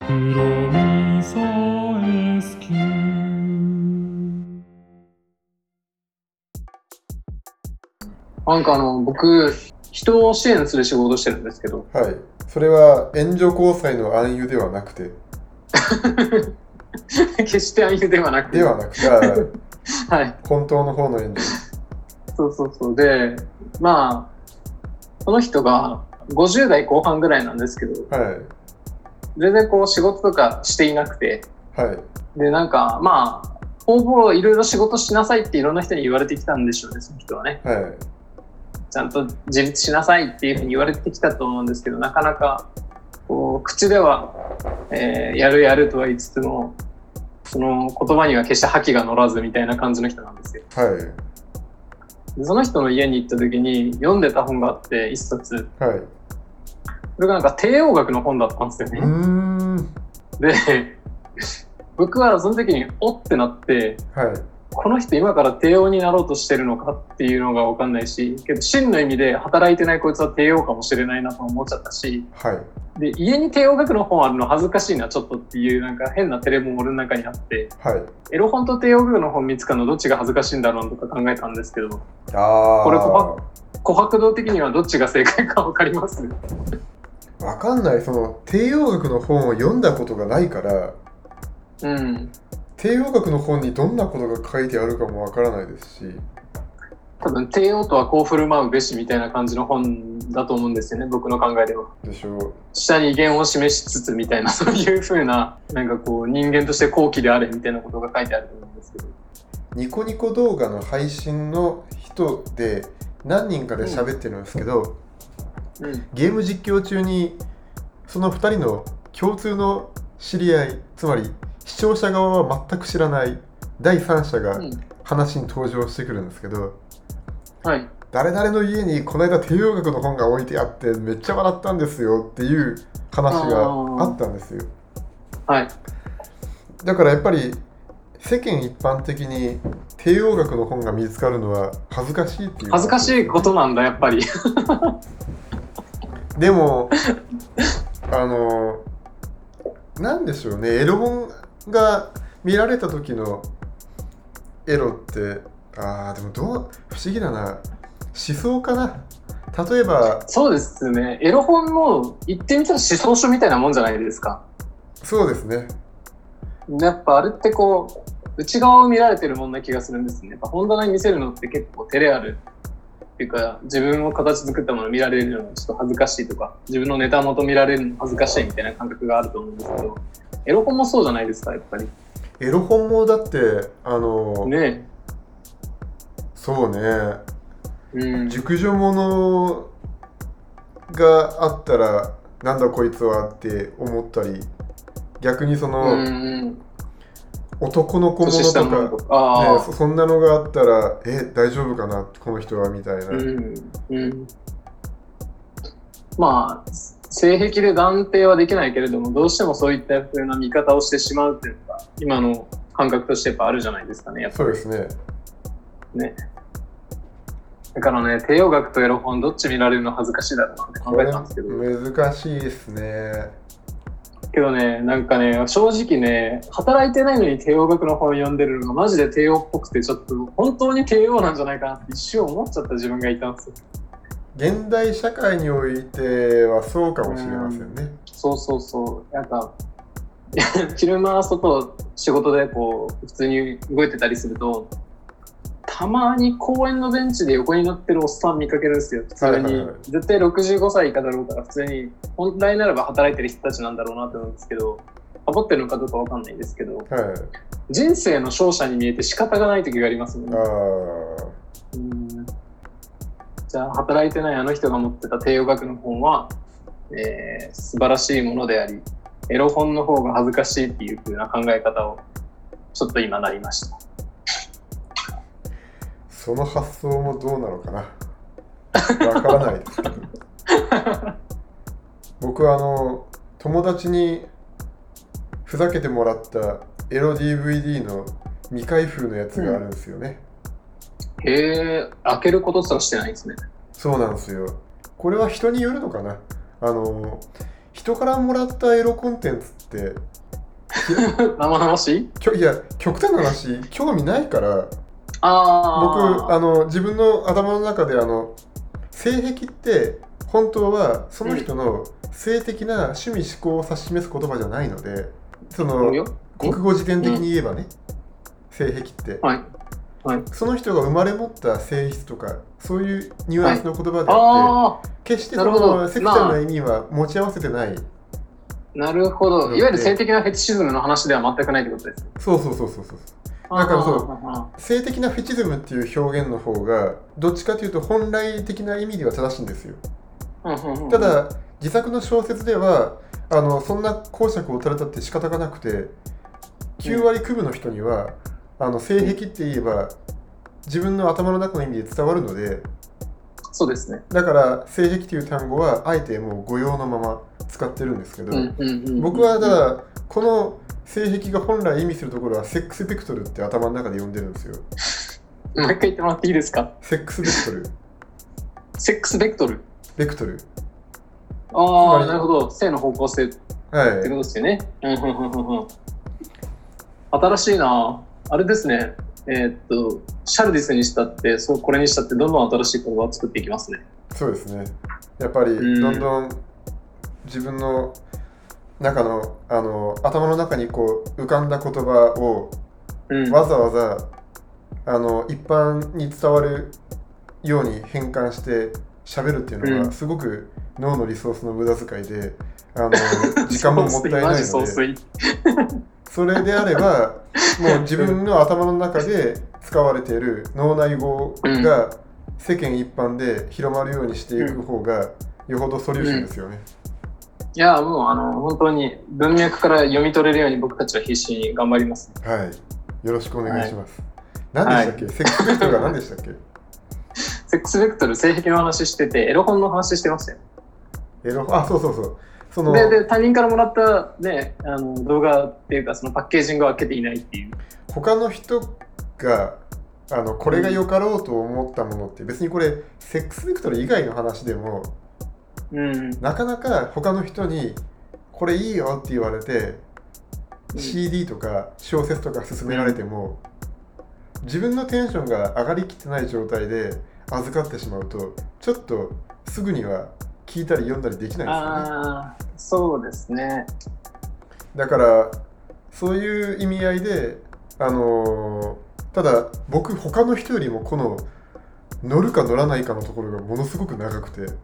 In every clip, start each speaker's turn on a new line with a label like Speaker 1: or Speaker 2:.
Speaker 1: 黒みそエスキュ
Speaker 2: なんかあの、僕、人を支援する仕事してるんですけど、
Speaker 3: はい。それは援助交際の暗喩ではなくて、
Speaker 2: 決して暗喩ではなくて、
Speaker 3: ではなくて、あー
Speaker 2: はい。
Speaker 3: 本当の方の援助。
Speaker 2: そうそうそう。で、まあ、この人が50代後半ぐらいなんですけど、
Speaker 3: はい。
Speaker 2: 全然こう仕事とかしていなくて、
Speaker 3: はい。
Speaker 2: で、なんか、まあ、ほぼいろいろ仕事しなさいっていろんな人に言われてきたんでしょうね、その人はね。
Speaker 3: はい。
Speaker 2: ちゃんと自立しなさいっていうふうに言われてきたと思うんですけど、なかなか、こう、口では、えーやるやるとは言いつつも、その言葉には決して覇気が乗らずみたいな感じの人なんですよ。
Speaker 3: はい。
Speaker 2: でその人の家に行った時に読んでた本があって、一冊。
Speaker 3: はい。
Speaker 2: それがなんか帝王学の本だったんですよ
Speaker 3: うー
Speaker 2: ね。
Speaker 3: ん。
Speaker 2: で、 僕はその時に、おってなって、
Speaker 3: はい。
Speaker 2: この人今から帝王になろうとしてるのかっていうのがわかんないし、けど真の意味で働いてないこいつは帝王かもしれないなと思っちゃったし、
Speaker 3: はい。
Speaker 2: で、家に帝王学の本あるの恥ずかしいな、ちょっとっていうなんか変なテレビも俺の中にあって、
Speaker 3: はい。
Speaker 2: エロ本と帝王学の本見つかるのどっちが恥ずかしいんだろうとか考えたんですけど、
Speaker 3: あ
Speaker 2: これこ琥珀堂的にはどっちが正解かわかります
Speaker 3: あ。わかんない。その、帝王学の本を読んだことがないから、
Speaker 2: うん。
Speaker 3: 帝王学の本にどんなことが書いてあるかもわからないですし、
Speaker 2: 多分帝王とはこう振る舞うべしみたいな感じの本だと思うんですよね、僕の考えでは。
Speaker 3: でしょう。
Speaker 2: 下に威厳を示しつつみたいな、 そういうふうな、なんかこう、人間として高貴であれみたいなことが書いてあると思うんですけど。
Speaker 3: ニコニコ動画の配信の人で何人かで喋ってるんですけど、
Speaker 2: うん。
Speaker 3: ゲーム実況中にその2人の共通の知り合いつまり視聴者側は全く知らない第三者が
Speaker 2: うん
Speaker 3: 話に登場してくるんですけど、
Speaker 2: はい。
Speaker 3: 誰々の家にこの間帝王学の本が置いてあってめっちゃ笑ったんですよっていう話があったんですよ
Speaker 2: はい。
Speaker 3: だからやっぱり世間一般的に帝王学の本が見つかるのは恥ずかしいっていう
Speaker 2: 恥ずかしいことなんだ、やっぱり。
Speaker 3: でもあのなんでしょうねエロ本が見られた時のエロってあーでもどう不思議だな思想かな例えば
Speaker 2: そうですね。エロ本の、言ってみたら思想書みたいなもんじゃないですか。
Speaker 3: そうですね
Speaker 2: やっぱあれってこう、内側を見られてるもんな気がするんですね。やっぱ本棚に見せるのって結構照れある。っていうか、自分を形作ったもの見られるのちょっと恥ずかしいとか、自分のネタ元見られるの恥ずかしいみたいな感覚があると思うんですけど、エロ本もそうじゃないですか、やっぱり。
Speaker 3: エロ本もだってあの、
Speaker 2: ね
Speaker 3: そうね
Speaker 2: え。うん。
Speaker 3: 熟女ものがあったらなんだこいつはって思ったり逆にその、
Speaker 2: うん。
Speaker 3: 男の子も
Speaker 2: 年
Speaker 3: の
Speaker 2: 下
Speaker 3: と
Speaker 2: のも
Speaker 3: か
Speaker 2: のとか。あ
Speaker 3: ね
Speaker 2: あ
Speaker 3: そ、そんなのがあったらえ大丈夫かなこの人はみたいな、
Speaker 2: うん。うん。まあ、性癖で断定はできないけれども、どうしてもそういった風な見方をしてしまうっていうのが、今の感覚としてやっぱあるじゃないですかね、やっぱ
Speaker 3: そうですね
Speaker 2: だからね、帝王学とエロ本どっち見られるの恥ずかしいだろうなって考えたんですけど。
Speaker 3: 難しいですね
Speaker 2: けどね、なんかね、正直ね、働いてないのに帝王学の本読んでるのがマジで帝王っぽくて、ちょっと本当に帝王なんじゃないかなって一瞬思っちゃった自分がいたんですよ。
Speaker 3: 現代社会においてはそうかもしれませんね、
Speaker 2: そうそうそう。なんか、 昼間外仕事でこう、普通に動いてたりすると、たまに公園のベンチで横になってるおっさん見かけるんですよ、普通に。
Speaker 3: はいはいはい
Speaker 2: 絶対65歳以下だろうから、普通に、本来ならば働いてる人たちなんだろうなって思うんですけど、サボってるのかどうかわかんないですけど、
Speaker 3: はい
Speaker 2: 人生の勝者に見えて仕方がない時がありますもんね。
Speaker 3: あ
Speaker 2: うんじゃあ働いてないあの人が持ってた帝王学の本は、えー素晴らしいものでありエロ本の方が恥ずかしいっていう風な考え方をちょっと今なりました
Speaker 3: ーその発想もどうなのかなわからないですけ ど僕はあの友達にふざけてもらったエロ DVD の未開封のやつがあるんですよね、
Speaker 2: へえ開けることすらしてないんですね
Speaker 3: そうなんですよ。これは人によるのかなあの、一人からもらったエロコンテンツって
Speaker 2: 生々しい
Speaker 3: きょいや極端な話興味ないから
Speaker 2: あ
Speaker 3: 僕あの自分の頭の中であの性癖って本当はその人の性的な趣味思考を指し示す言葉じゃないのでそ
Speaker 2: 僕
Speaker 3: の国語辞典的に言えばね、性癖って、
Speaker 2: はい。
Speaker 3: その人が生まれ持った性質とかそういうニュアンスの言葉であって、
Speaker 2: ああ、
Speaker 3: 決して
Speaker 2: な
Speaker 3: そ
Speaker 2: るほど
Speaker 3: のセクシャルな意味は持ち合わせてない、
Speaker 2: なるほ
Speaker 3: う
Speaker 2: ど。
Speaker 3: ん
Speaker 2: いわゆる性的なフェチシズムの話では全くないってことです。
Speaker 3: そうそうそうそうそうだからそう
Speaker 2: あ
Speaker 3: 性的なフェチズムっていう表現の方がどっちかというと本来的な意味では正しいんですよ
Speaker 2: ー。うんうんうん
Speaker 3: た、だ自作の小説ではあのそんな講釈を垂れたって仕方がなくて9割9分の人にはあの性癖って言えば自分の頭の中の意味で伝わるので
Speaker 2: そうですね。
Speaker 3: だから性癖という単語はあえてもう誤用のまま使ってるんですけど、
Speaker 2: うんうんうん
Speaker 3: 僕はただこの性癖が本来意味するところはセックスベクトルって頭の中で呼んでるんですよ
Speaker 2: もう一回言ってもらっていいですか
Speaker 3: セックスベクトル
Speaker 2: セックスベクトル。
Speaker 3: ベクトル
Speaker 2: あ
Speaker 3: は
Speaker 2: あ、
Speaker 3: い
Speaker 2: なるほど。性の方向性ってこ
Speaker 3: は
Speaker 2: と
Speaker 3: い
Speaker 2: ですよね。うんうんうんうんうん新しいな。あれですね。えーっと、シャルディスにしたって、そうこれにしたって、どんどん新しい言葉を作っていきますね。
Speaker 3: そうですね。やっぱり
Speaker 2: うん
Speaker 3: どんどん自分の中のあの頭の中にこう浮かんだ言葉を
Speaker 2: うん。
Speaker 3: わざわざあの一般に伝わるように変換して喋るっていうの
Speaker 2: う
Speaker 3: は
Speaker 2: ん
Speaker 3: すごく脳のリソースの無駄遣いであの時間ももったいない
Speaker 2: マ
Speaker 3: の
Speaker 2: ジ総
Speaker 3: で
Speaker 2: 帥。
Speaker 3: それであればもう自分の頭の中で使われている脳内語が世間一般で広まるようにしていく方がよほどソリューションですよね。
Speaker 2: いや、もう、あの、本当に文脈から読み取れるように僕たちは必死に頑張ります。
Speaker 3: はい。よろしくお願いします。何でしたっけ、セックスベクトルが何でしたっけ
Speaker 2: セックスベクトル、性癖の話してて、エロ本の話してましたよ。
Speaker 3: エロあ、そうそうそう。その
Speaker 2: で、で、他人からもらったね、あの、動画っていうか、そのパッケージングを開けていないっていう。
Speaker 3: 他の人があのこれがよかろうと思ったものって別にこれセックスベクトル以外の話でも
Speaker 2: うん。
Speaker 3: なかなか他の人にこれいいよって言われて
Speaker 2: うん
Speaker 3: CD とか小説とか勧められても、自分のテンションが上がりきってない状態で預かってしまうとちょっとすぐには聞いたり読んだりできないですよね
Speaker 2: ああ、そうですね。
Speaker 3: だからそういう意味合いであのーただ僕他の人よりもこの乗るか乗らないかのところがものすごく長くて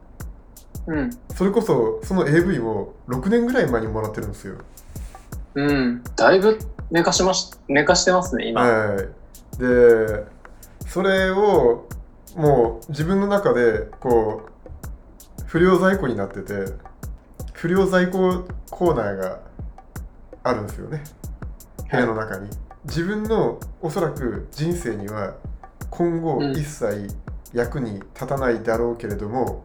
Speaker 2: うん。
Speaker 3: それこそその AV も6年ぐらい前にもらってるんですよ
Speaker 2: うん。だいぶ寝かしまし、寝かしてますね、今。
Speaker 3: はい、でそれをもう自分の中でこう不良在庫になってて不良在庫コーナーがあるんですよね部屋の中に、自分のおそらく人生には今後
Speaker 2: うん
Speaker 3: 一切役に立たないだろうけれども、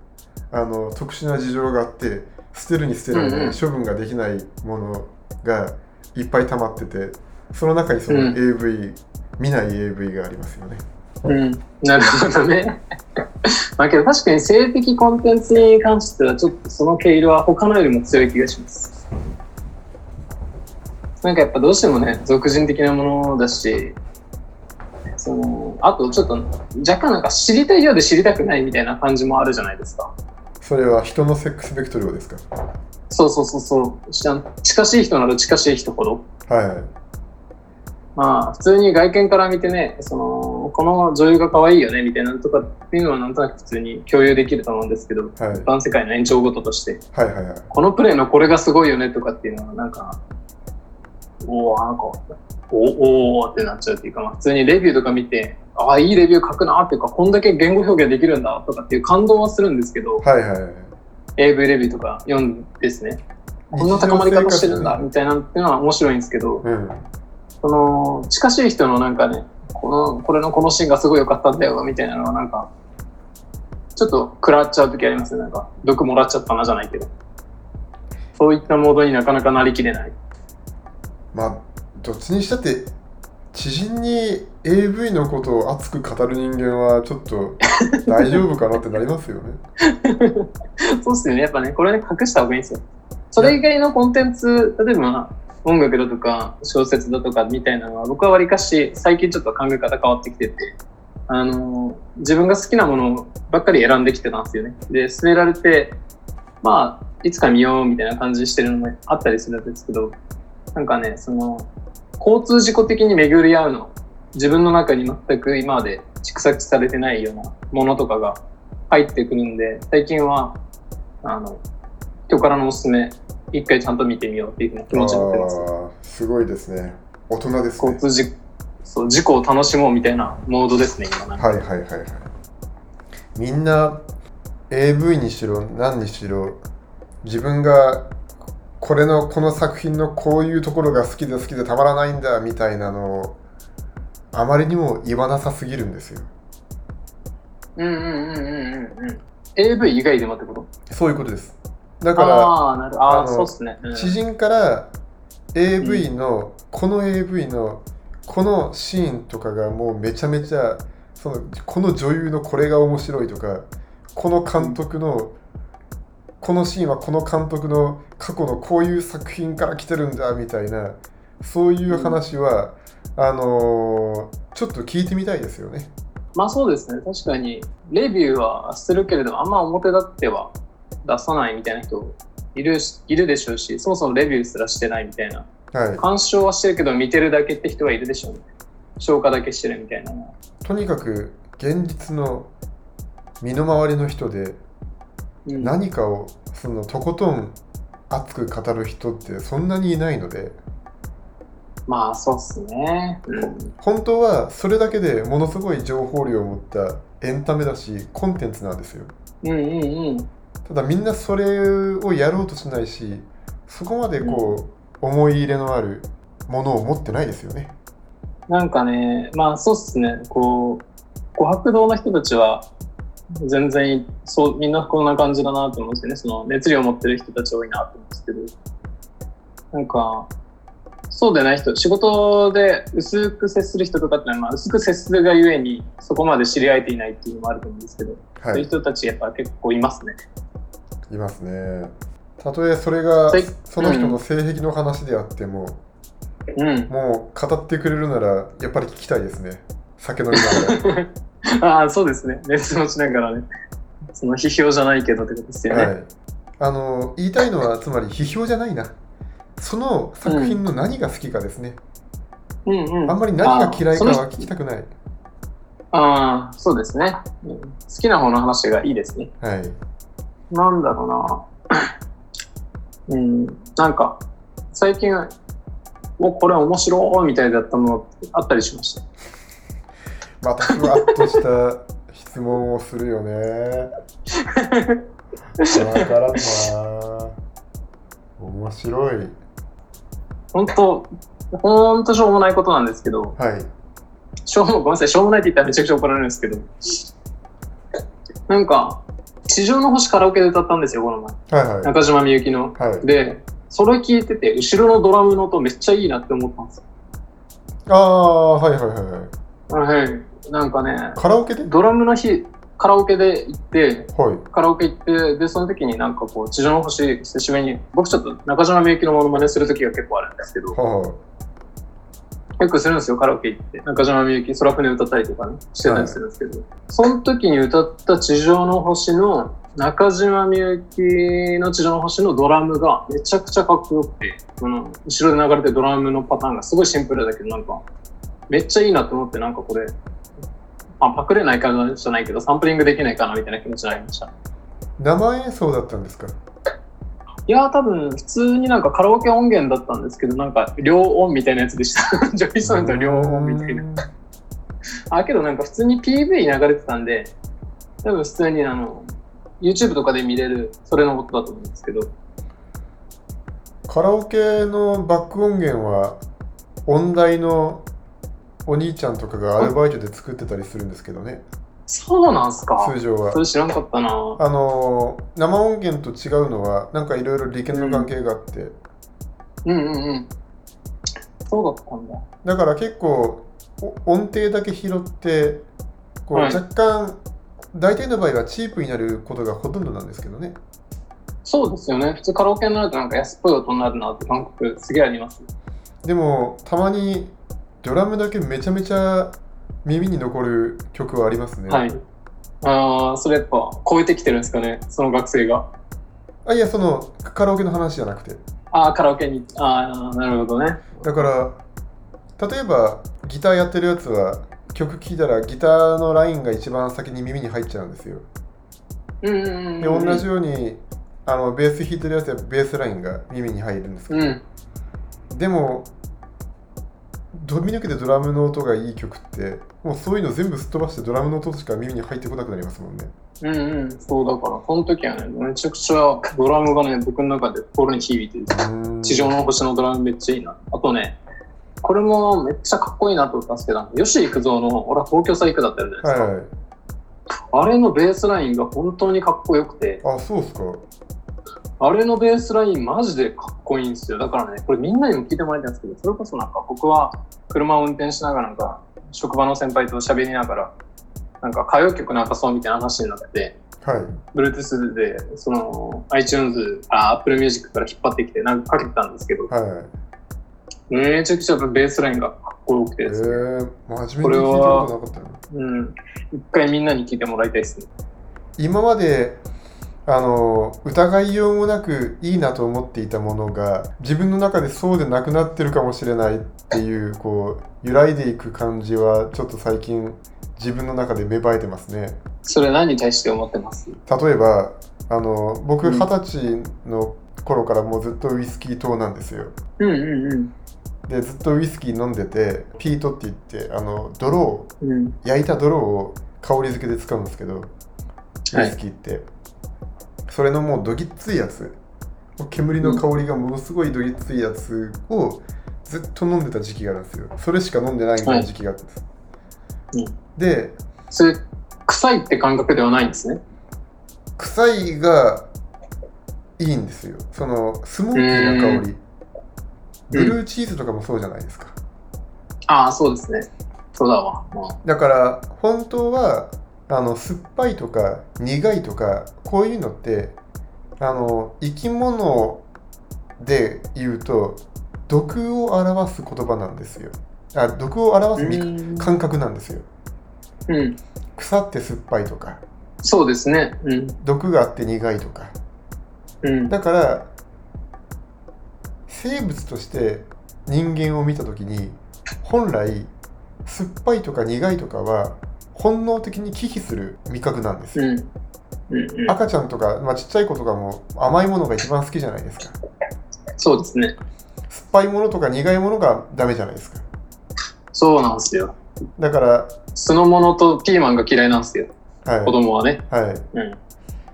Speaker 3: あの特殊な事情があって捨てるに捨てられない、
Speaker 2: うんうん
Speaker 3: 処分ができないものがいっぱい溜まっててその中にその
Speaker 2: うん
Speaker 3: AV、見ない AV がありますよね。
Speaker 2: うん、なるほどね。 まあけど確かに性的コンテンツに関してはちょっとその毛色は他のよりも強い気がします。なんかやっぱどうしてもね、俗人的なものだし、その、あとちょっと若干なんか知りたいようで知りたくないみたいな感じもあるじゃないですか。
Speaker 3: それは人のセックスベクトルをですか
Speaker 2: そうそうそうそうし。近しい人なら近しい人ほど。
Speaker 3: はいはい。
Speaker 2: まあ普通に外見から見てね、その、この女優が可愛いよねみたいなのとかっていうのはなんとなく普通に共有できると思うんですけど、
Speaker 3: はい
Speaker 2: 一般世界の延長ごととして、
Speaker 3: はいはいはい。
Speaker 2: このプレーのこれがすごいよねとかっていうのは、なんか、おお、なんか、おおおーってなっちゃうっていうか、まあ、普通にレビューとか見て、ああ、いいレビュー書くなっていうか、こんだけ言語表現できるんだとかっていう感動はするんですけど、
Speaker 3: はいはいはい。
Speaker 2: AV レビューとか読んですね、こんな高まり方してるんだみたいなっていうのは面白いんですけど、
Speaker 3: うん。
Speaker 2: その、近しい人のなんかね、この、これのこのシーンがすごい良かったんだよみたいなのは、なんか、ちょっと食らっちゃう時ありますね。なんか、毒もらっちゃったなじゃないけど。そういったモードになかなかなりきれない。
Speaker 3: まあ、どっちにしたって、知人に AV のことを熱く語る人間はちょ っと大丈夫かなってなりますよね。
Speaker 2: そうっすよね。やっぱね、これね、隠した方がいいんですよ。それ以外のコンテンツ、例えば音楽だとか小説だとかみたいなのは、僕はわりかし最近ちょっと考え方変わってきてて、あの、自分が好きなものばっかり選んできてたんですよね。で、勧められて、まあ、いつか見ようみたいな感じしてるのもあったりするんですけど、なんかね、その、交通事故的に巡り合うの、自分の中に全く今まで蓄積されてないようなものとかが入ってくるんで、最近は、あの、今日からのおすすめ、一回ちゃんと見てみようっていうふうな気持ちになってます。
Speaker 3: あーすごいですね。大人です
Speaker 2: 交
Speaker 3: ね。
Speaker 2: 通事そう事故を楽しもうみたいなモードですね、今なんか。
Speaker 3: はいはいはいはい。みんな AV にしろ何にしろ自分がこれのこの作品のこういうところが好きで好きでたまらないんだみたいなのをあまりにも言わなさすぎるんですよ。
Speaker 2: うんうんうんうんうんうん。AV 以外でもってこと
Speaker 3: そういうことです。だから
Speaker 2: ああー、なるほど。あ
Speaker 3: あ
Speaker 2: あ、
Speaker 3: の
Speaker 2: そうっすね。うん
Speaker 3: 知人から AV の、この AV のこのシーンとかがもうめちゃめちゃそのこの女優のこれが面白いとかこの監督の、このシーンはこの監督の過去のこういう作品から来てるんだみたいなそういう話は、あのーちょっと聞いてみたいですよね。
Speaker 2: まあそうですね、確かに、レビューはするけれども、あんま表立っては出さないみたいな人いるしいるでしょうし、そもそもレビューすらしてないみたいな、
Speaker 3: はい、
Speaker 2: 鑑賞はしてるけど、見てるだけって人はいるでしょうね。消化だけしてるみたいな。
Speaker 3: とにかく現実の身の回りの人で
Speaker 2: うん、
Speaker 3: 何かをそのとことん熱く語る人ってそんなにいないので
Speaker 2: まあそうっすね。うん
Speaker 3: 本当はそれだけでものすごい情報量を持ったエンタメだしコンテンツなんですよ
Speaker 2: うんうんうん。
Speaker 3: ただみんなそれをやろうとしないしそこまでこう、思い入れのあるものを持ってないですよね
Speaker 2: なんかね、まあそうっすね、こう、琥珀堂の人たちは、全然そう、みんなこんな感じだなと思うんですよね、その熱量を持ってる人たち多いなと思うんですけど、なんか、そうでない人、仕事で薄く接する人とかってのは、まあ、薄く接するがゆえに、そこまで知り合えていないっていうのもあると思うんですけど、
Speaker 3: は
Speaker 2: そうい
Speaker 3: いう
Speaker 2: 人たちやっぱ結構いますね。
Speaker 3: いますねたとえそれが
Speaker 2: はい
Speaker 3: その人の性癖の話であっても、
Speaker 2: うん。
Speaker 3: もう語ってくれるならやっぱり聞きたいですね酒飲みながら
Speaker 2: ああ、そうですね。熱持ちながらね。その批評じゃないけどってことですよね。
Speaker 3: はい、あの言いたいのはつまり批評じゃないなその作品の何が好きかですね、
Speaker 2: うんうん。
Speaker 3: あんまり何が嫌いか
Speaker 2: あーその
Speaker 3: は聞きたくない、
Speaker 2: ああ、そうですね。うん好きな方の話がいいですね。
Speaker 3: はい、
Speaker 2: なんだろうな。 うん、なんか、最近、お、これ面白いみたいだったものあったりしました。
Speaker 3: またふわっ とした質問をするよねわからんな面白い
Speaker 2: 本当本当しょうもないことなんですけど、
Speaker 3: はい
Speaker 2: しょうも、ごめんなさい、しょうもないって言ったらめちゃくちゃ怒られるんですけど、なんか、地上の星カラオケで歌ったんですよ、この前。
Speaker 3: はいはい
Speaker 2: 中島みゆきの。
Speaker 3: はい
Speaker 2: で、それ聞いてて、後ろのドラムの音めっちゃいいなって思ったんですよ。
Speaker 3: ああはいはいはいはい
Speaker 2: はい。なんかね、
Speaker 3: カラオケではい
Speaker 2: ドラムの日、カラオケで行って、カラオケ行って、で、その時になんかこう、地上の星、久しぶりに、僕ちょっと中島みゆきのモノマネする時が結構あるんですけど、
Speaker 3: は
Speaker 2: よくするんですよ、カラオケ行って。中島みゆき、空船歌ったりとかね、してたりするんですけど、その時に歌った地上の星の、中島みゆきの地上の星のドラムがめちゃくちゃかっこよくて、この後ろで流れてるドラムのパターンがすごいシンプルだけど、なんか、めっちゃいいなと思って、なんかこれ、まあ、パクれないかじゃないけど、サンプリングできないかなみたいな気持ちになりました。
Speaker 3: い生演奏だったんですか
Speaker 2: いやー多分普通になんかカラオケ音源だったんですけどなんか両音みたいなやつでした ジョイソンと両音みたいな
Speaker 3: な
Speaker 2: あけどなんか普通に PV 流れてたんで多分普通にあの YouTube とかで見れるそれのことだと思うんですけど
Speaker 3: カラオケのバック音源は音大のお兄ちゃんとかがアルバイトで作ってたりするんですけどね
Speaker 2: そうなんすか
Speaker 3: 通常は
Speaker 2: それ知らんかったな
Speaker 3: あのー生音源と違うのはなんかいろいろ利権の関係があって、
Speaker 2: うんうんうんそうだったんだ
Speaker 3: だから結構お音程だけ拾ってこう
Speaker 2: はい
Speaker 3: 若干、大体の場合はチープになることがほとんどなんですけどね
Speaker 2: そうですよね。普通カラオケになるとなんか安っぽい音になるなって感覚すげえあります。
Speaker 3: でもたまにドラムだけめちゃめちゃ耳に残る曲はありますね。
Speaker 2: はい。ああ、それやっぱ超えてきてるんですかね、その学生が。
Speaker 3: あいやそのカラオケの話じゃなくて
Speaker 2: ああ、カラオケに。ああ、なるほどね。
Speaker 3: だから例えばギターやってるやつは曲聴いたらギターのラインが一番先に耳に入っちゃうんですよ。
Speaker 2: うんうんうん。
Speaker 3: で同じ。ようにあのベース弾いてるやつはベースラインが耳に入るんですけど、
Speaker 2: うん。
Speaker 3: でも飛び抜けてドラムの音がいい曲ってもうそういうの全部すっ飛ばしてドラムの音しか耳に入ってこなくなりますもんね。
Speaker 2: うんうん。そうだから、この時はね、めちゃくちゃドラムがね、僕の中で心に響いてる。地上の星のドラムめっちゃいいな。あとね、これもめっちゃかっこいいなと思ったんですけど、吉幾三の、俺は東京サイクだったじゃないで
Speaker 3: は
Speaker 2: す
Speaker 3: い
Speaker 2: か。
Speaker 3: は
Speaker 2: あ
Speaker 3: い。
Speaker 2: れのベースラインが本当にかっこよくて、
Speaker 3: あ、そうっすか。
Speaker 2: あれのベースラインマジでかっこいいんですよ。だからね、これみんなにも聞いてもらいたいんですけど、それこそなんか僕は車を運転しながらなんか、職場の先輩と喋りながら、なんか歌謡曲なんかそうみたいな話になって、
Speaker 3: はい。
Speaker 2: Bluetooth で、その iTunes、あ Apple Music から引っ張ってきてなんかかけてたんですけど、
Speaker 3: はい。
Speaker 2: めちゃくちゃベースラインがかっこよくて
Speaker 3: え
Speaker 2: ですね、
Speaker 3: ー、真面目に聞いたことなかったな。
Speaker 2: うん。一回みんなに聞いてもらいたいですね。
Speaker 3: 今まで、あの、疑いようもなくいいなと思っていたものが、自分の中でそうでなくなってるかもしれないっていう、こう、揺らいでいく感じは、ちょっと最近、自分の中で芽生えてますね。
Speaker 2: それ何に対して思ってます
Speaker 3: 例えば、あの、僕、
Speaker 2: うん
Speaker 3: 二十歳の頃からもうずっとウイスキー糖なんですよ。
Speaker 2: うんうん
Speaker 3: で、ずっとウイスキー飲んでて、ピートって言って、あの、泥を
Speaker 2: うん。うん。
Speaker 3: 焼いた泥を香り付けで使うんですけど、
Speaker 2: はい
Speaker 3: ウイスキーってそれのもうどぎっついやつもう煙の香りがものすごいどぎっついやつをずっと飲んでた時期があるんですよそれしか飲んでないみたいな時期があったんです、
Speaker 2: はい
Speaker 3: で
Speaker 2: それ、臭いって感覚ではないんですね。
Speaker 3: 臭いがいいんですよそのスモーキーな香りブルーチーズとかもそうじゃないですか、
Speaker 2: ああ、そうですね。そうだわ。うん
Speaker 3: だから本当はあの酸っぱいとか苦いとかこういうのってあの生き物で言うと毒を表す言葉なんですよあ毒を表すみ
Speaker 2: うん
Speaker 3: 感覚なんですよ
Speaker 2: うん。
Speaker 3: 腐って酸っぱいとか
Speaker 2: そうですね。うん。
Speaker 3: 毒があって苦いとか
Speaker 2: うん。
Speaker 3: だから生物として人間を見た時に本来酸っぱいとか苦いとかは本能的に忌避する味覚なんです
Speaker 2: う
Speaker 3: よ、
Speaker 2: ん。うん うん、
Speaker 3: 赤ちゃんとか、まあ、ちっちゃい子とかも甘いものが一番好きじゃないですか
Speaker 2: そうですね。
Speaker 3: 酸っぱいものとか苦いものがダメじゃないですか
Speaker 2: そうなんですよ。
Speaker 3: だから
Speaker 2: 酢の物とピーマンが嫌いなんですよ。子
Speaker 3: は
Speaker 2: 供はね。
Speaker 3: い、はい、
Speaker 2: うん。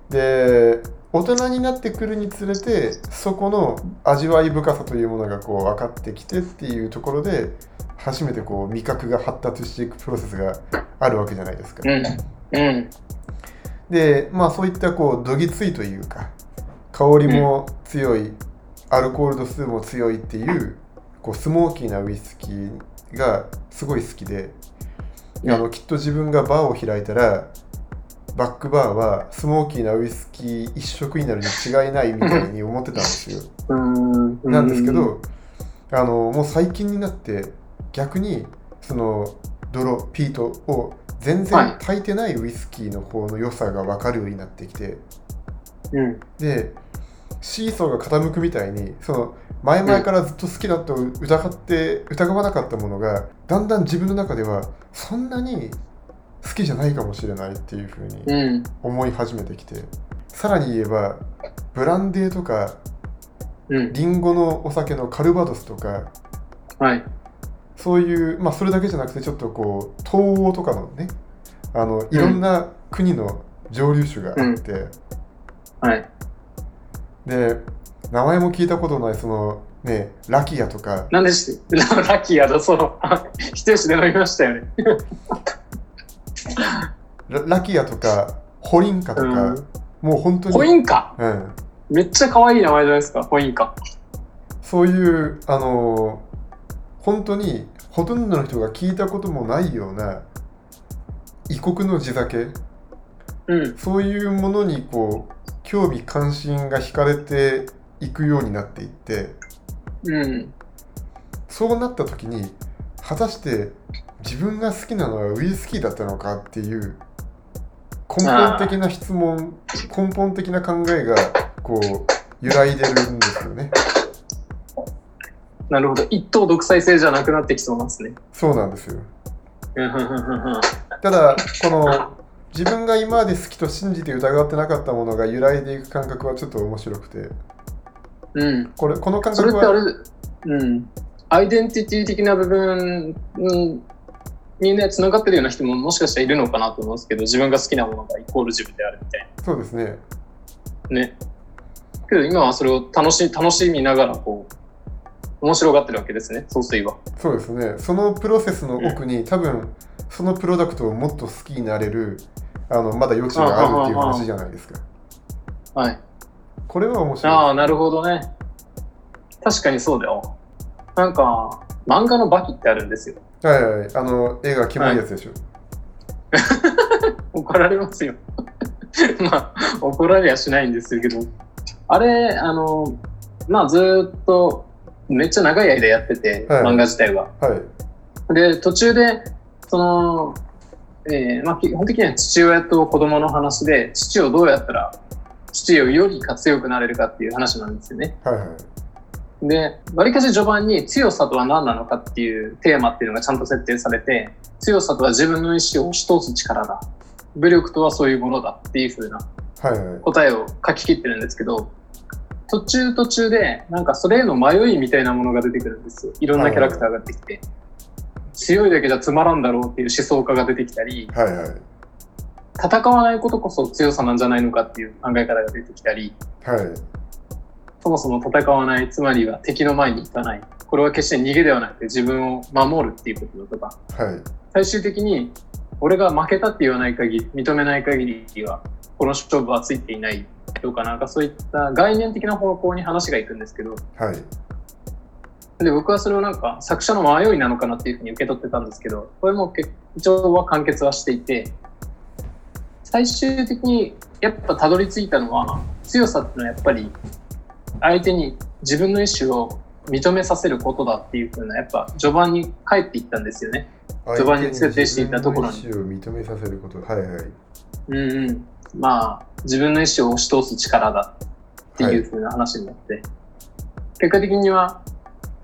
Speaker 3: で大人になってくるにつれてそこの味わい深さというものがこう分かってきてっていうところで初めてこう味覚が発達していくプロセスがあるわけじゃないですか。
Speaker 2: うん。うん。
Speaker 3: でまあそういったこうどぎついというか香りも強い、アルコール度数も強いっていうこうスモーキーなウイスキーがすごい好きで、
Speaker 2: うん
Speaker 3: あのきっと自分がバーを開いたらバックバーはスモーキーなウイスキー一色になるに違いないみたいに思ってたんですよ。
Speaker 2: うん。
Speaker 3: なんですけど、あのもう最近になって逆にその泥ピートを
Speaker 2: はい
Speaker 3: 全然炊いてないウイスキーの方の良さが分かるようになってきて
Speaker 2: うん。
Speaker 3: でシーソーが傾くみたいにその前々からずっと好きだと疑って疑わなかったものがだんだん自分の中ではそんなに好きじゃないかもしれないっていうふうに
Speaker 2: うん。
Speaker 3: 思い始めてきてさらに言えばブランデーとか
Speaker 2: うん。
Speaker 3: リンゴのお酒のカルバドスとか
Speaker 2: はい。
Speaker 3: そういう、まあ、それだけじゃなくてちょっとこう東欧とかのねあのいろんな国の蒸留酒があって、
Speaker 2: はい。
Speaker 3: で名前も聞いたことないそのねラキアとか
Speaker 2: なんでし、ラッキーやだ、その、一 人で飲みましたよね。
Speaker 3: ララキアとかホリンカとか、
Speaker 2: うん
Speaker 3: もう本当に
Speaker 2: コインカ
Speaker 3: うん、
Speaker 2: めっちゃ可愛い名前じゃないですか、コインカ。
Speaker 3: そういうあの本当にほとんどの人が聞いたこともないような異国の地酒
Speaker 2: うん。
Speaker 3: そういうものにこう興味関心が惹かれていくようになっていって
Speaker 2: うん。
Speaker 3: そうなった時に果たして自分が好きなのはウイスキーだったのかっていう根本的な質問根本的な考えがこう揺らいでるんですよね
Speaker 2: なるほど。一党独裁制じゃなくなってきそうなんですね。
Speaker 3: そうなんですよ
Speaker 2: うんうんうんうん
Speaker 3: ただこの自分が今まで好きと信じて疑ってなかったものが揺らいでいく感覚はちょっと面白くて
Speaker 2: うん。
Speaker 3: これこの感
Speaker 2: それ
Speaker 3: 覚
Speaker 2: ってあ
Speaker 3: は
Speaker 2: れ、うん、アイデンティティ的な部分うんにね、つながってるような人ももしかしたらいるのかなと思うんですけど、自分が好きなものがイコール自分であるみたい
Speaker 3: そうですね
Speaker 2: な。ね。けど今はそれを楽し楽しみながら、こう、面白がってるわけですね、そうすいば。
Speaker 3: そうですねそのプロセスの奥に、多分そのプロダクトをもっと好きになれるあのまだ余地があるっていう話じゃないですか
Speaker 2: はい。
Speaker 3: これは面白い
Speaker 2: ああ、なるほどね。確かにそうだよ。なんか、漫画のバキってあるんですよ。
Speaker 3: はいはいはいあの絵がキモいやつでしょ、
Speaker 2: 怒られますよ。 まあ、怒られはしないんですけど、あれ、あの、まあ、ずーっと、めっちゃ長い間やってて、
Speaker 3: はい
Speaker 2: 漫画自体は。
Speaker 3: はい、
Speaker 2: で、途中で、その、えーまあ、基本的には父親と子供の話で、父をどうやったら、父をより強くなれるかっていう話なんですよね。
Speaker 3: はいはい
Speaker 2: で、わりかし序盤に強さとは何なのかっていうテーマっていうのがちゃんと設定されて、強さとは自分の意思を押し通す力だ。武力とはそういうものだっていう風な
Speaker 3: はいはい
Speaker 2: 答えを書き切ってるんですけど、途中途中でなんかそれへの迷いみたいなものが出てくるんですよ。いろんなキャラクターが出てきて。強いだけじゃつまらんだろうっていう思想家が出てきたり、
Speaker 3: はいはい
Speaker 2: 戦わないことこそ強さなんじゃないのかっていう考え方が出てきたり、
Speaker 3: はい
Speaker 2: そもそも戦わない、つまりは敵の前に行かない。これは決して逃げではなくて自分を守るっていうことだとか、
Speaker 3: はい
Speaker 2: 最終的に俺が負けたって言わない限り、認めない限りは、この勝負はついていないとか、なんかそういった概念的な方向に話が行くんですけど、
Speaker 3: はい
Speaker 2: で、僕はそれをなんか作者の迷いなのかなっていうふうに受け取ってたんですけど、これも結一応は完結はしていて、最終的にやっぱたどり着いたのは、強さってのはやっぱり相手に自分の意思を認めさせることだっていうふうな、やっぱ序盤に帰っていったんですよね。序盤に設定していたところに
Speaker 3: 相手に自分の意思を認めさせることはいはい
Speaker 2: うんうん。まあ、自分の意思を押し通す力だって
Speaker 3: はい
Speaker 2: いう風な話になって、結果的には、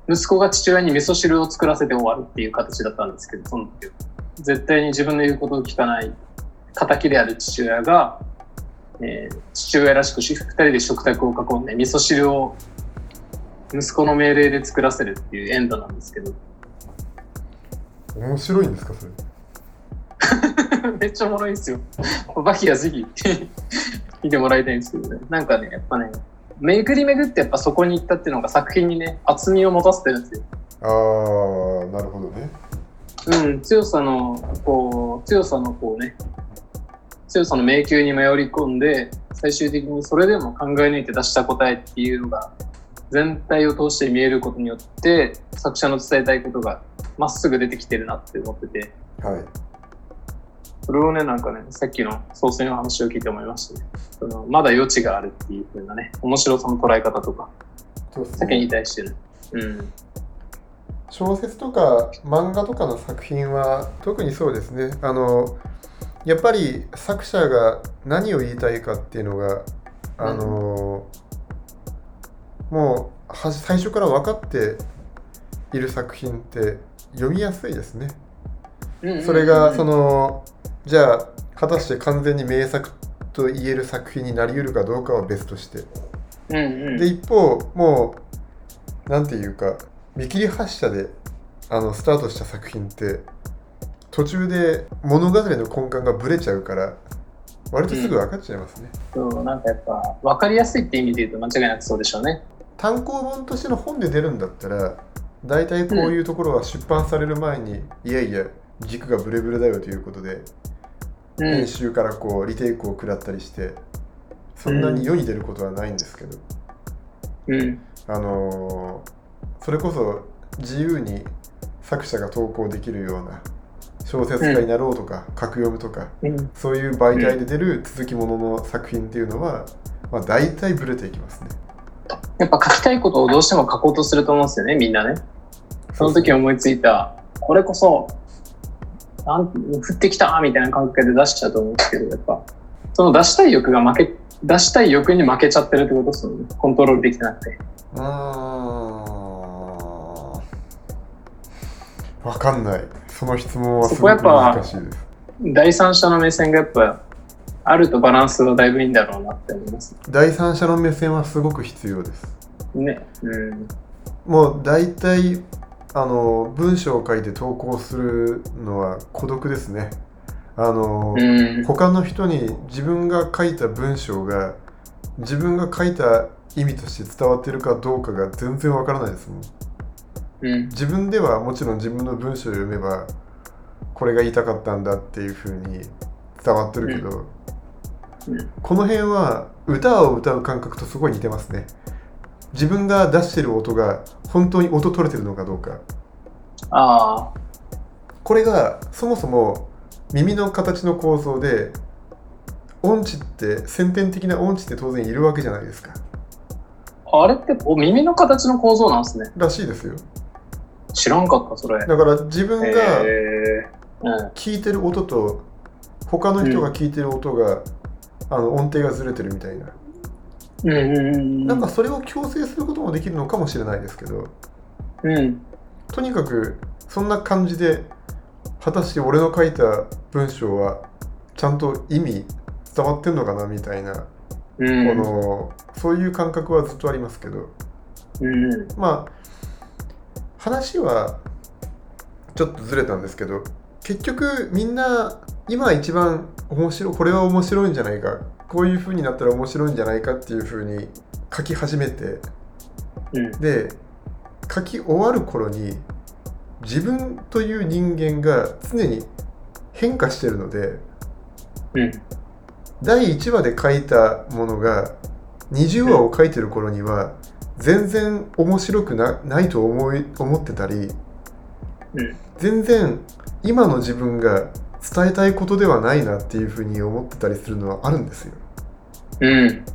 Speaker 2: 息子が父親に味噌汁を作らせて終わるっていう形だったんですけど、その時は。絶対に自分の言うことを聞かない、仇である父親が、えー父親らしくし二人で食卓を囲んで味噌汁を息子の命令で作らせるっていうエンドなんですけど、
Speaker 3: 面白いんですかそれ
Speaker 2: めっちゃおもろいんですよ。バキはぜひ 見てもらいたいんですけどね。なんかね、やっぱね、巡り巡ってやっぱそこに行ったっていうのが作品にね、厚みを持たせてるんですよ。
Speaker 3: ああなるほどね
Speaker 2: うん、強さの、こう、強さのこうね、強さの迷宮に迷り込んで、最終的にそれでも考え抜いて出した答えっていうのが、全体を通して見えることによって、作者の伝えたいことがまっすぐ出てきてるなって思ってて、
Speaker 3: はい
Speaker 2: それをね、なんかね、さっきの総帥の話を聞いて思いましたね。そのまだ余地があるっていう風なね、面白さの捉え方とか、
Speaker 3: そうです
Speaker 2: 世間に
Speaker 3: ね
Speaker 2: 対してね。うん。
Speaker 3: 小説とか漫画とかの作品は特にそうですねあのやっぱり作者が何を言いたいかっていうのがあの、もうは最初から分かっている作品って読みやすいですね。
Speaker 2: うんうんうん
Speaker 3: それがそ、のじゃあ果たして完全に名作と言える作品になりうるかどうかは別として
Speaker 2: うん うん。
Speaker 3: で一方もうなんていうか見切り発車であのスタートした作品って途中で物語の根幹がぶれちゃうから割とすぐ分かっちゃいますね、
Speaker 2: そう、なんかやっぱ、分かりやすいって意味で言うと間違いなくそうでしょうね。
Speaker 3: 単行本としての本で出るんだったら大体こういうところは出版される前に、いやいや軸がブレブレだよということで
Speaker 2: う
Speaker 3: 編
Speaker 2: ん。
Speaker 3: 集からこうリテイクを食らったりしてそんなに世に出ることはないんですけど、
Speaker 2: うん。
Speaker 3: あのーそれこそ自由に作者が投稿できるような小説家になろうとか、格読むとか
Speaker 2: うん。
Speaker 3: そういう媒体で出る続きものの作品っていうのはまあ、大体ブレていきますね。
Speaker 2: やっぱ書きたいことをどうしても書こうとすると思うんですよね、みんなね。その時思いついた、これこそ、なん降ってきたみたいな感覚で出しちゃうと思うんですけど、やっぱ、その出したい欲が負け、出したい欲に負けちゃってるってことですよね。コントロールできてなくて。
Speaker 3: うーん。わかんない。その質問はす
Speaker 2: そ
Speaker 3: ご
Speaker 2: こや
Speaker 3: く
Speaker 2: っぱ
Speaker 3: 難しいです。
Speaker 2: 第三者の目線がやっぱ、あるとバランスはだいぶいいんだろうなって思います。
Speaker 3: 第三者の目線はすごく必要です。
Speaker 2: ね。うん。
Speaker 3: もう大体あの文章を書いて投稿するのは孤独ですね。あの、
Speaker 2: うん。
Speaker 3: 他の人に自分が書いた文章が自分が書いた意味として伝わってるかどうかが全然わからないですもん。
Speaker 2: うん。
Speaker 3: 自分ではもちろん自分の文章を読めばこれが言いたかったんだっていう風に伝わってるけど、
Speaker 2: うんうん
Speaker 3: この辺は歌を歌う感覚とすごい似てますね自分が出してる音が本当に音取れてるのかどうか
Speaker 2: ああ。
Speaker 3: これがそもそも耳の形の構造で音痴って先天的な音痴って当然いるわけじゃないですか
Speaker 2: あれってお耳の形の構造なんですね。
Speaker 3: らしいですよ
Speaker 2: 知らんかった、それ。
Speaker 3: だから自分が
Speaker 2: えー、
Speaker 3: 聞いてる音と他の人が聞いてる音が、あの音程がずれてるみたいな、
Speaker 2: うん。うんうんうん。
Speaker 3: なんか、それを強制することもできるのかもしれないですけど
Speaker 2: うん。
Speaker 3: とにかくそんな感じで果たして俺の書いた文章はちゃんと意味伝わってんのかなみたいな、
Speaker 2: うん、
Speaker 3: このそういう感覚はずっとありますけど
Speaker 2: うん、
Speaker 3: まあ話はちょっとずれたんですけど結局みんな今一番面白いこれは面白いんじゃないかこういう風になったら面白いんじゃないかっていう風に書き始めて
Speaker 2: うん、
Speaker 3: で書き終わる頃に自分という人間が常に変化してるので
Speaker 2: うん、
Speaker 3: 第1話で書いたものが20話を書いてる頃には全然面白くなないと思い思ってたり、
Speaker 2: うん
Speaker 3: 全然今の自分が伝えたいことではないなっていうふうに思ってたりするのはあるんですよ。
Speaker 2: うん、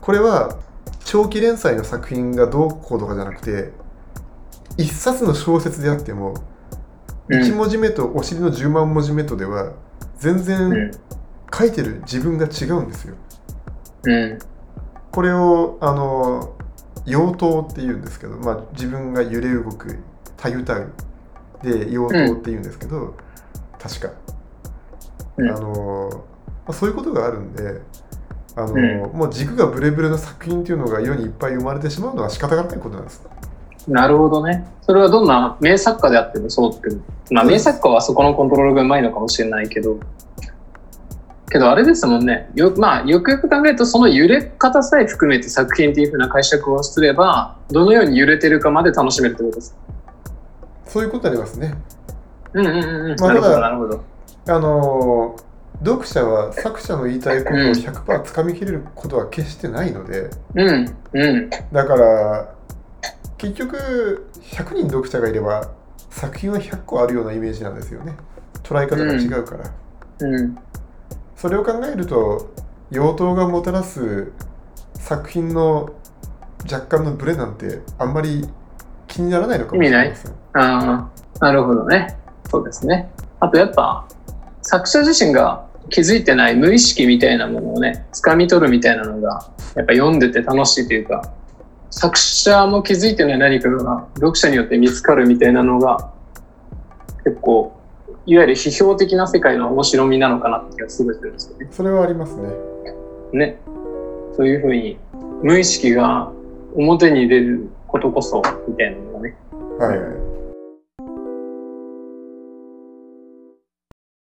Speaker 3: これは長期連載の作品がどうこうとかじゃなくて一冊の小説であっても
Speaker 2: うん
Speaker 3: 1文字目とお尻の10万文字目とでは全
Speaker 2: う
Speaker 3: 然
Speaker 2: ん、
Speaker 3: 書いてる自分が違うんですよ。
Speaker 2: うん、
Speaker 3: これをあの妖刀って言うんですけど、まあ、自分が揺れ動くたゆたうで妖刀って言うんですけど、確か、
Speaker 2: うん
Speaker 3: あのまあそういうことがあるんであの、
Speaker 2: う
Speaker 3: もう軸がブレブレの作品っていうのが世にいっぱい生まれてしまうのは仕方がないことなんです
Speaker 2: なるほどね。それはどんな名作家であってもそうって、まあ名作家はそこのコントロールがうまいのかもしれないけど、けどあれですもんね。よまあよくよく考えるとその揺れ方さえ含めて作品っていう風な解釈をすれば、どのように揺れてるかまで楽しめるってことです。
Speaker 3: そういうことになりますね
Speaker 2: うんうんうんうん。
Speaker 3: まあ
Speaker 2: なるほ
Speaker 3: ただ
Speaker 2: どなるほど。
Speaker 3: あの読者は作者の言いたいことを
Speaker 2: うん
Speaker 3: 100%つかみきれることは決してないので、
Speaker 2: うんうん
Speaker 3: だから結局100人読者がいれば作品は100個あるようなイメージなんですよね捉え方が違うから、
Speaker 2: うん
Speaker 3: それを考えると妖刀がもたらす作品の若干のブレなんてあんまり気にならないのかもしれません
Speaker 2: ああ、なるほどね。そうですね。あとやっぱ、作者自身が気づいてない無意識みたいなものをね、掴み取るみたいなのが、やっぱ読んでて楽しいというか、作者も気づいてない何かが読者によって見つかるみたいなのが、結構、いわゆる批評的な世界の面白みなのかなって気がすごいするんですよね。
Speaker 3: それはありますね
Speaker 2: ね。そういうふうに、無意識が表に出ることこそ、みたいなのがね、
Speaker 3: はい、はい、